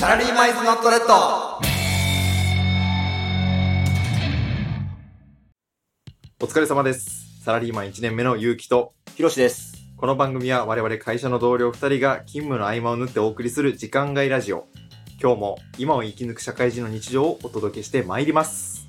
サラリーマイズノットレッドお疲れ様ですサラリーマン1年目のゆうきとひろしです。この番組は我々会社の同僚2人が勤務の合間を縫ってお送りする時間外ラジオ今日も今を生き抜く社会人の日常をお届けしてまいります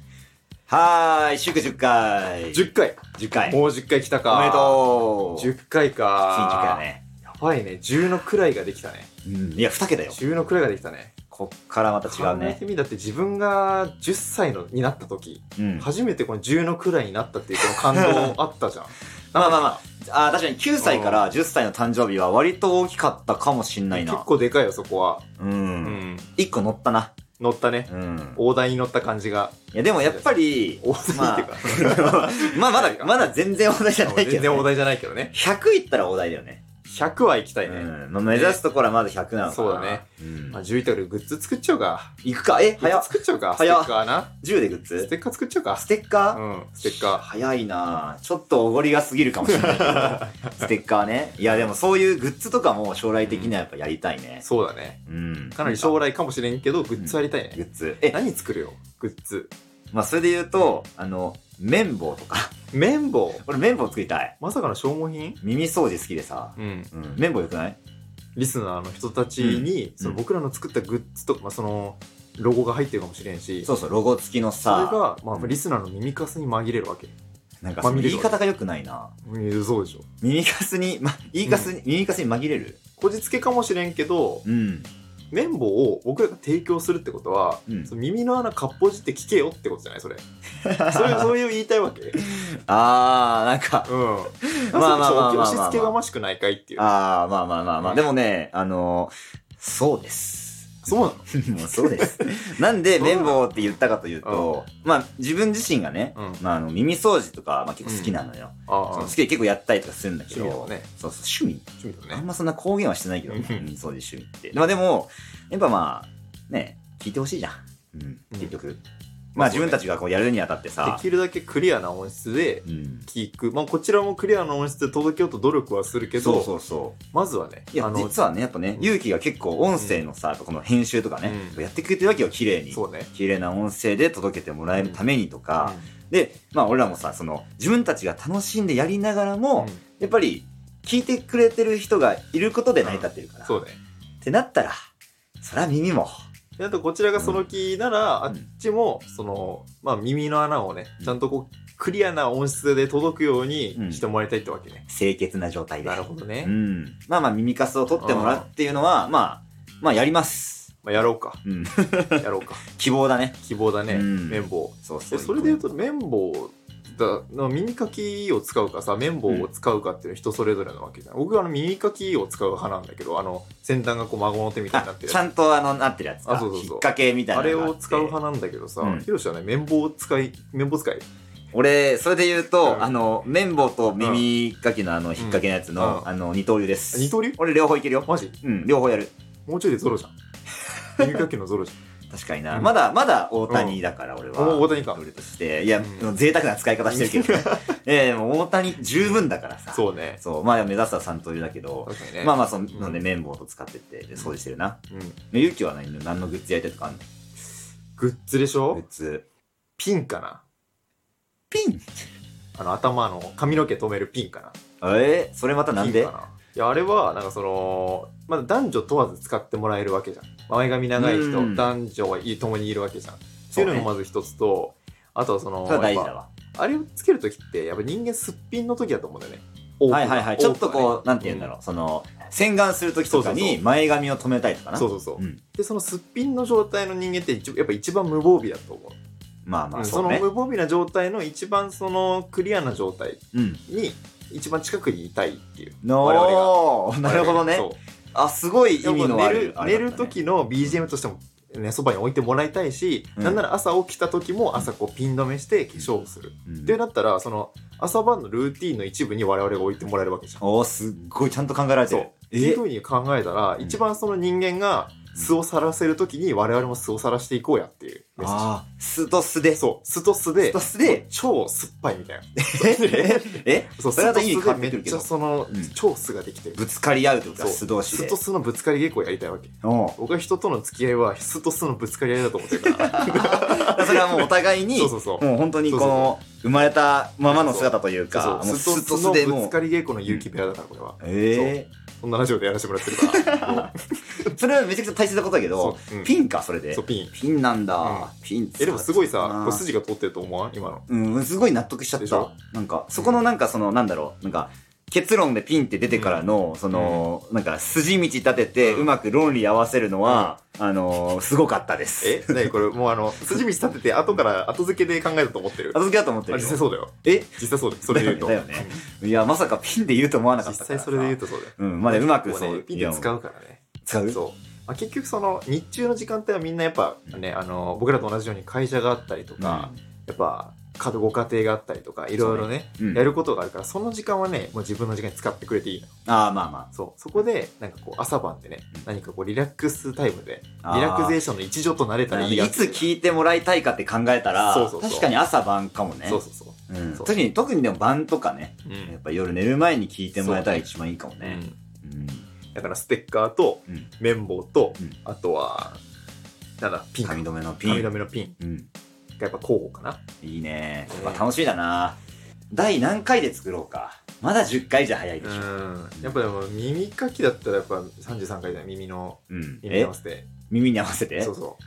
はーい、祝10回。 10回10回。もう10回来たかおめでとう。 10回ついに10回かだね。やばいね10の位ができたねうん。いや、2桁よ。 10の位ができたねこっからまた違う考えねて。みだって自分が10歳のになった時うん。初めてこの10の位になったっていうこの感動あったじゃんまあまあまあ、あー確かに9歳から10歳の誕生日は割と大きかったかもしん ない結な。構でかいよそこはううんん。1個乗ったな。乗ったねうん。大台に乗った感じがいや、でもやっぱり、大台っていうか、まあまだ、まだ全然お題じゃないけ全然ど、大ね。台じゃないけどね100いったらお題だよね。 100は行きたういね、ん。まあ目指すところはまだ100なのかな。そうだね。うんまあ、。11位からグッズ作っちゃおうか行くか。え、グ早ッっズ。作っちゃおうかステ早っッカーな10でグッスズテッカー作っちゃおうかステッカーうんステッカ早いなぁちょっとおごりが過ぎるかもしれ ないけ どステッカーねいやでもそういうグッズとかも将来的にはやっぱやりたいーねそうだねうんかなり将来かもしれんけどグッズやりたいね、グッズえ何作るよグッズまあそれで言うとあの綿棒とか 綿棒俺綿棒作りたいまさかの消耗品耳掃除好きでさ、うんうん、綿棒よくないリスナーの人たちに、そのうん僕らの作ったグッズとか、まあ、そのロゴが入ってるかもしれんしそうそうロゴ付きのそれさが、まあ、リスナーの耳かすに紛れるわけなんかそまのみれ言るい方がよくないなうんそうでしょ耳かすに、ま、言いかすに、耳かすに紛れるこじつけかもしれんけどうん綿棒を僕らが提供するってことは、うんその耳の穴かっぽじって聞けよってことじゃないそれそ ういうそういう言いたいわけうんあーなんかまあまあまあまあまあまあそれこそ押し付けがましくないかいっていうああ、まあまあまあまあ。でもね、あのそうです。そうな のもうそうです。なんで、綿棒って言ったかというと、まあ、自分自身がね、うんまあ、あの、耳掃除とか、まあ、結構好きなのよ。あそあの好趣きで結構やったりとかするんだけ味ど、だそわねうそう、趣味、趣味だあんねまそんな公言はしてないけど、うん耳掃除趣味って。まあ、でも、やっぱまあ、ね、聞いてほしいじゃん。うん、結局。ままああ、自分たちがこうやるにあたってでさ、きるだけクリアな音質でうん。聞く、まあ、こちらもクリアな音質で届けようと努力はするけどそうそうそう。まずはねいや、実はね、やっぱね、うん勇気が結構音声のさ、この編集とかね、うんやってくれてるわけよ、綺麗に。そうね、綺麗な音声で届けてもらえるためにとか、で、まあ俺らもさ、その、自分たちが楽しんでやりながらうんも、やっぱり、聞いてくれてる人がいることで成り立ってるから。そうねってなったら、そら耳も。であとこちらがその気なら、うんあっちもその、まあ、耳の穴をねうんちゃんとこうクリアな音質で届くよううにんしてもらいたいってわけね、清潔な状態で。なるほどね、うん。まあまあ耳かすを取ってもらうっていうのは、まあ、まあやります。まあ、やろうかうん。 やろうか希望だね。希望だね、うん綿棒そうそでう。それで言うと綿棒だの耳かきを使うかさ綿棒を使うかっていうのは人それぞれなわけじゃん、僕はあの耳かきを使う派なんだけどあの先端がこう孫の手みたいになってるちゃんとあの、なってるやつか。あそうそうそう引っ掛けみたいあなれのがってを使う派なんだけどさ、うんヒロシはね、綿棒を使い、綿棒使い。俺、それで言うと、うんあの、綿棒と耳かきのあの、引っ掛けのやつの、うんあの、二刀流です。二刀流俺、両方いけるよ。マジうん、両方やる。もうちょいでゾロじゃん。耳かきのゾロじ確かにな。うんまだ、まだ大谷だから、俺ゃん。もは。う大谷か。俺として。いや、うん贅沢な使い方してるけど ね。ええ、もう大谷十分だからさ。う。そうね。そう。まあ、目指すは三刀流だけど。確かにね。まああ、まあ、そのね、綿棒と使ってって、で掃除してるな。うん。ゆうきは何何のグッズやりたいとかあんのグッズでしグょッズ。ピンかなピンあの、頭の髪の毛留めるピンかな。ええ、それまたなんピンでかないや、あれは、なんかその、まだ男女問わず使ってもらえるわけじゃん。前髪長い人、うん男女はい共にいるわけじゃん。ってそいううねのもまず一つと、あとはその、それは大事やだっわ。ぱあれをつけるときって、やっぱ人間すっぴんのときだと思うんだよね。多くがはいはいはい。ちょっと多くこがねう、なんて言うんだろう。その、洗顔するときとかそうそうにそ前髪を止めたいとかな。そうそうそう、うんでそのすっぴんの状態の人間って一やっぱ一番無防備だと思う、まあまうんあ、そそうのね。無防備な状態の一番そのクリアな状態うん。に一番近くにいたいっていうのー、なるほどねそ。うあ、すごい意味のあるで。もあ寝れるだ寝っるたね時の BGM としても、ね、そばに置いてもらいたいし、うんなんなら朝起きた時も朝こうピン止めして化粧をする、うんってなったらその朝晩のルーティンの一部に我々が置いてもらえるわけじゃんおー、すっごいちゃんと考えられてそうるっ。ていうえふうに考えたら、うん一番その人間が素をさらせるときに我々も素をさらしていこうやっていうメッセーああ、素と素で。ジ。そう、素と素で素と、素で。超酸っぱいみたいな。え えそう、それだと素意味素変わでってくるめっけちゃど。そのうん、超素ができてる。ぶつかり合うというか、そう素同士素でと。素のぶつかり稽古をやりたいわけ。おう僕は人との付き合いは素と素のぶつかり合いだと思ってるから。だからそれはもうお 互いにそう、そうそう。もう本当にこの、生まれたままの姿というそか、もううそ素う素とと素の素でぶもつうか。り稽古の勇気部屋だから、これは。えこんなラジオでやらせてもらってるから。もえそれはめちゃくちゃ大切なことだけど、ううんピンか、それでそう、。ピン。ピンなんうんだ。ピンえ、でもすごいさ、これ使っちゃったな筋が通ってると思わん今の。うん、すごい納得しちゃっでしょた。なんか、そこのなんかその、なんだろう、なんか、結論でピンって出てからの、その、なんか、筋道立てて、うんうまく論理合わせるのは、あのー、すごかったです。えなにこれ、もうあ の、筋道立てて、後から後付けで考えたと思ってる。あ後付けだと思って実るよ。際そうだよ。え実際そうだよ。それで言うと。だよねだよいや、まさかピンで言うと思わなか実ったから際さ。それで言うとそうだよ。うん、まあね、うまく結構そう。ね、ピンでい使やうからね。使うそう。まあ、結局その、日中の時間帯はみんなやっぱね、あの、僕らと同じように会社があったりとか、やっぱ、かご家庭があったりとか、いろいろね、うん。やることがあるから、その時間はね、もう自分の時間に使ってくれていいの。ああ、まあまそう。そこで、なんかこう、朝晩でねうん、何かこう、リラックスタイムで、あ。リラクゼーシションの一助となれたらいいやいつい聞いてもらいたいかって考えたら、そうそうそう確かに朝晩かもね。そうそうそう。うんそう特に、特にでも晩とかね、うんやっぱ夜寝る前に聞いてもらえたら一番いいかもね。うんだからステッカーとうん綿棒と、うんあとはなんだピン髪髪留めのピン。留めのピンうん。がやっぱ候補かないいねう。んまあ楽しみだな。第何回で作ろうか。まだ10回じゃ早いでしょ。うんやっぱでも耳かきだったらやっぱ33回だよ耳のうん。耳にえ合わせて耳に合わせてそうそう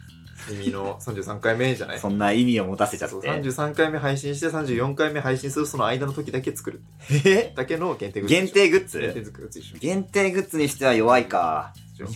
耳の33回目じゃないそんな意味を持たせちゃっそうて。 33回目配信して34回目配信するその間の時だけ作るえだけの限定グッズ限定グッ限定ズグッズでしょ限定グッズにしては弱いか。そう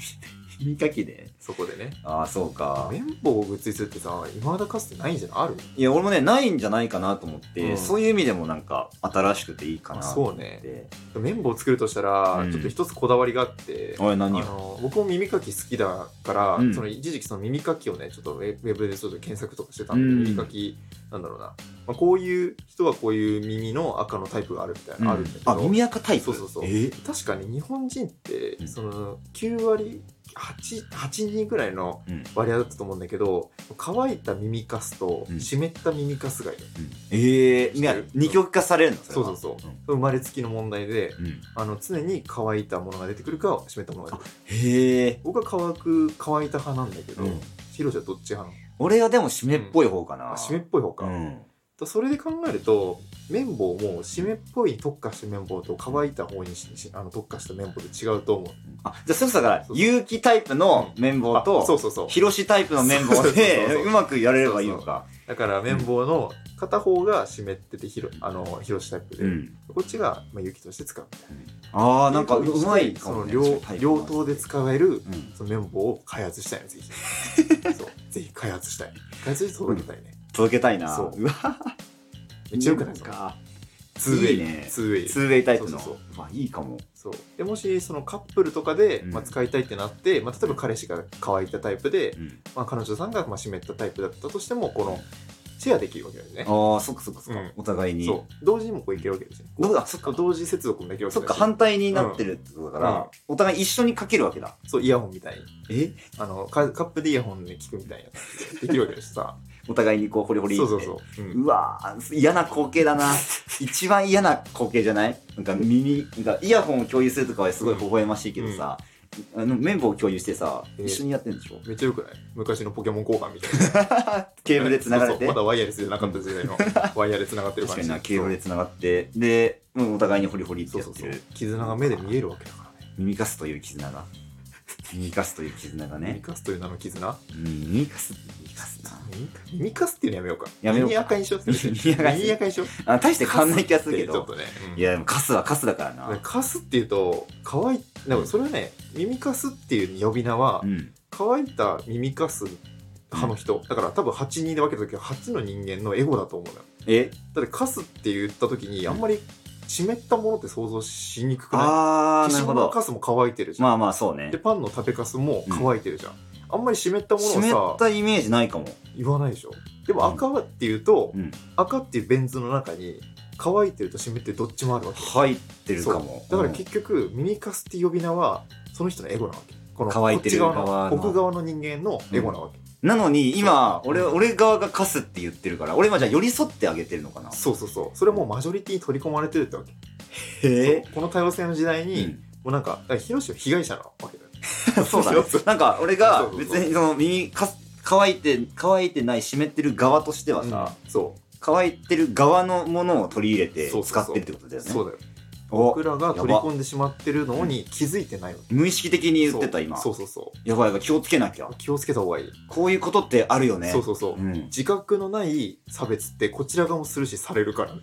耳かきでそこでねああ、そうか。綿棒をグッズにするってさ今までかつてないんじゃないあるいや、俺もね、ないんじゃないかなと思って、うんそういう意味でもなんか、新しくていいかなあとそ思うねって。綿棒を作るとしたら、うんちょっと一つこだわりがあって、あれあ何よ。の僕も耳かき好きだから、うんその一時期その耳かきをねちょっとウェウェブでちょっと検索とかしてたんで、うん耳かきなんだろうな、まあ、こういう人はこういう耳の赤のタイプがあるみたいなのあるんだけど、あ、耳垢タイプそうそうそうえ確かに日本人って、うんその9割 8, 8人ぐらいのうん割合だったと思うんだけど乾いた耳かすとうん湿った耳かすがいる、ええ知ってる二極化されるのそうそうそうう、生まれつきの問題でう。うん、あの常に乾いたものが出てくるか湿ったものが出てくるかへえ。僕は乾く乾いた派なんだけど、うんヒロちゃんどっち派俺はでも湿っぽい方かなな。のあ湿っぽい方か、うだかん。らそれで考えると綿棒も湿っぽいに特化した綿棒と乾いた方にししあの特化した綿棒で違うと思うあ、じゃあそれこそだから、そうそう有機タイプの綿棒あそと、うそうそう広しタイプの綿棒そうそうそうで、そううまくやれればいいのか。だから綿棒の片方が湿ってて広あの広しタイプで、うん。こっちが、まあ、雪として使うみたいなああ、なんかうまいかそものね。両タイプの両党で使えるうん。その綿棒を開発したい のぜひそうぜひ開発したい開発して届けたいね、届けたいな。そうわ。めっちゃよくないいですいかか。ツーウェいイいねツーウェイツーウェイタイプの。そうそうまあいいかも。そうでもしそのカップルとかで、うんまあ、使いたいってなって、まあ、例えば彼氏が乾いたタイプで、うん。まあ、彼女さんがまあ湿ったタイプだったとしてもこのシェアできるわけだよね。ああ、そっかそっかそっうんか。お互いに。そう同時にもこういけるわけですね。どうだ、そっかこう。同時接続もできるわけそっか、だし反対になってるってことだかうんら、お互い一緒にかけるわけだ。そうイヤホンみたいにえあのカカップでイヤホンで聞くみたいなでできるわけだしさお互いにこう、ホリホリってそうそうそう、うんうわぁ、嫌な光景だな。一番嫌な光景じゃないなんか耳、なんかイヤホンを共有するとかはすごい微笑ましいけどさ、あの、綿棒を共有してさ、えー一緒にやってんでしょ めっちゃよくない昔のポケモン交換みたいなケーブルで繋がれそうそて。うまだワイヤレスじゃなかった時代 のワイヤレス繋がってる確感かじにな、ケーブルで繋がって、で、もうお互いにホリホリってそうやっそうてそうる。そう絆が目で見えるわけだからね耳かすという絆が。耳かすという絆が耳ね。かすという名の絆うん耳かす、耳かすな。耳か耳かすっていうのやめようか。やめようか耳赤にしよう。耳垢に耳赤にしよう。あ、大して変わんない気がするけちょっど。とね。うんいや、でもカスはカスだからな。かすっていうと、乾い、なんかそれはね、耳かすっていう呼び名はう、ん。乾いた耳かす派の人。だから多分8人で分けた時は8の人間のエゴだと思うのよ。えだってかすって言った時に、あんまり湿ったものって想像しにくくないあー、な消るしほゴムのど。かすも乾いてるじゃん。まあまあ、そうねで、。パンの食べかすも乾いてるじゃん。あんまり湿ったも湿っのをさ、たイメージないかも。言わないでしょ。でも赤はっていうと、うん。赤っていうベン図の中に乾いてると湿ってるどっちもあるわけ入ってるかも。だからうん結局、ミニカスって呼び名はその人のエゴなわけこの乾いてるこっち側側のの奥側の人間のエゴなわけ、なのに今、そう俺、俺側がカスって言ってるから、俺はじゃあ寄り添ってあげてるのかなそうそうそうそれもうマジョリティに取り込まれてるってわけ、へそうこの多様性の時代に、うんもうなんかだからヒロシは被害者なわけだ よそう だね。なんか俺がそうそうそう別にその耳かす乾いて、乾いてない湿ってる側としてはさ、そ乾いてる側のものを取り入れてそうそう使そうってるってことだうよね。そうだよお僕らが取り込んでしまってるのに気づいてないわけ無意識的に言ってた今。そうそうそやばいやばい、気をつけなきゃう。気をつけた方がいい、こういうことってあるよね。そうそうそう、うん、自覚のない差別ってこちら側もするしされるからね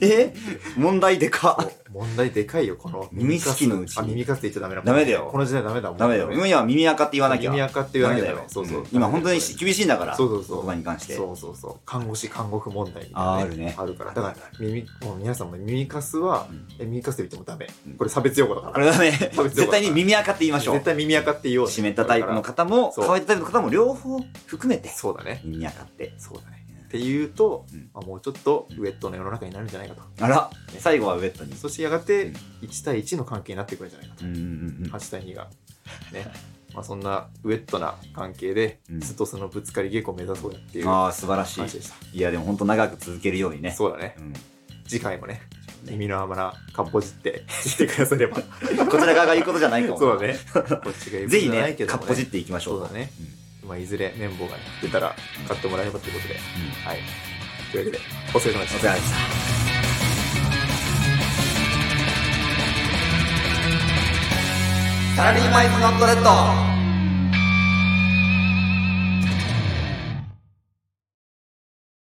え問題でか。問題でかいよこの耳かきのうちにあ耳かきって言っちゃダメなダメだよこの時代ダメだもんダメだよ。今は耳垢って言わなきゃ。耳垢って言わなきゃダメそそううそそうう、今本当にし厳しいんだから。そうそうそう言葉に関して。そうそうそう看護師看護婦問題みたいなあーあるねあるからだから耳もう皆さんも耳かすは、うんえ耳かすで言ってもダメうんこれ差別用語だかあられだね。そう絶対に耳垢って言いましょう絶。対耳垢って言おうね湿ったタイプの方も、そう乾いたタイプの方も両方含めて、そうだね耳垢って。そうだねっていうと、うんまあ、もうちょっとウェットな世の中になるんじゃないかとあら、最後はウェットに。そしてやがうてん1対1の関係になってくるんじゃないかと、うんうんうん8対2がねまあそんなウェットな関係で、うん。ずっとそのぶつかり稽古を目指そうやっていううんああ、素晴らし話い。でした、いや、でも本当長く続けるようにね。そうだねうん次回もね耳の甘なかっぽじって聞いてくださ ればこちら側が言うことじゃないかも。そうだねこっちが言うことぜじひゃないねけ、どかもっぽじっていきましょそうう。だね、まあ、いずれ綿棒がやってたら買ってもらえればということで、うはいというわけでお疲れ様でん。おし疲れた様でした。サラリーマンイズノットレッド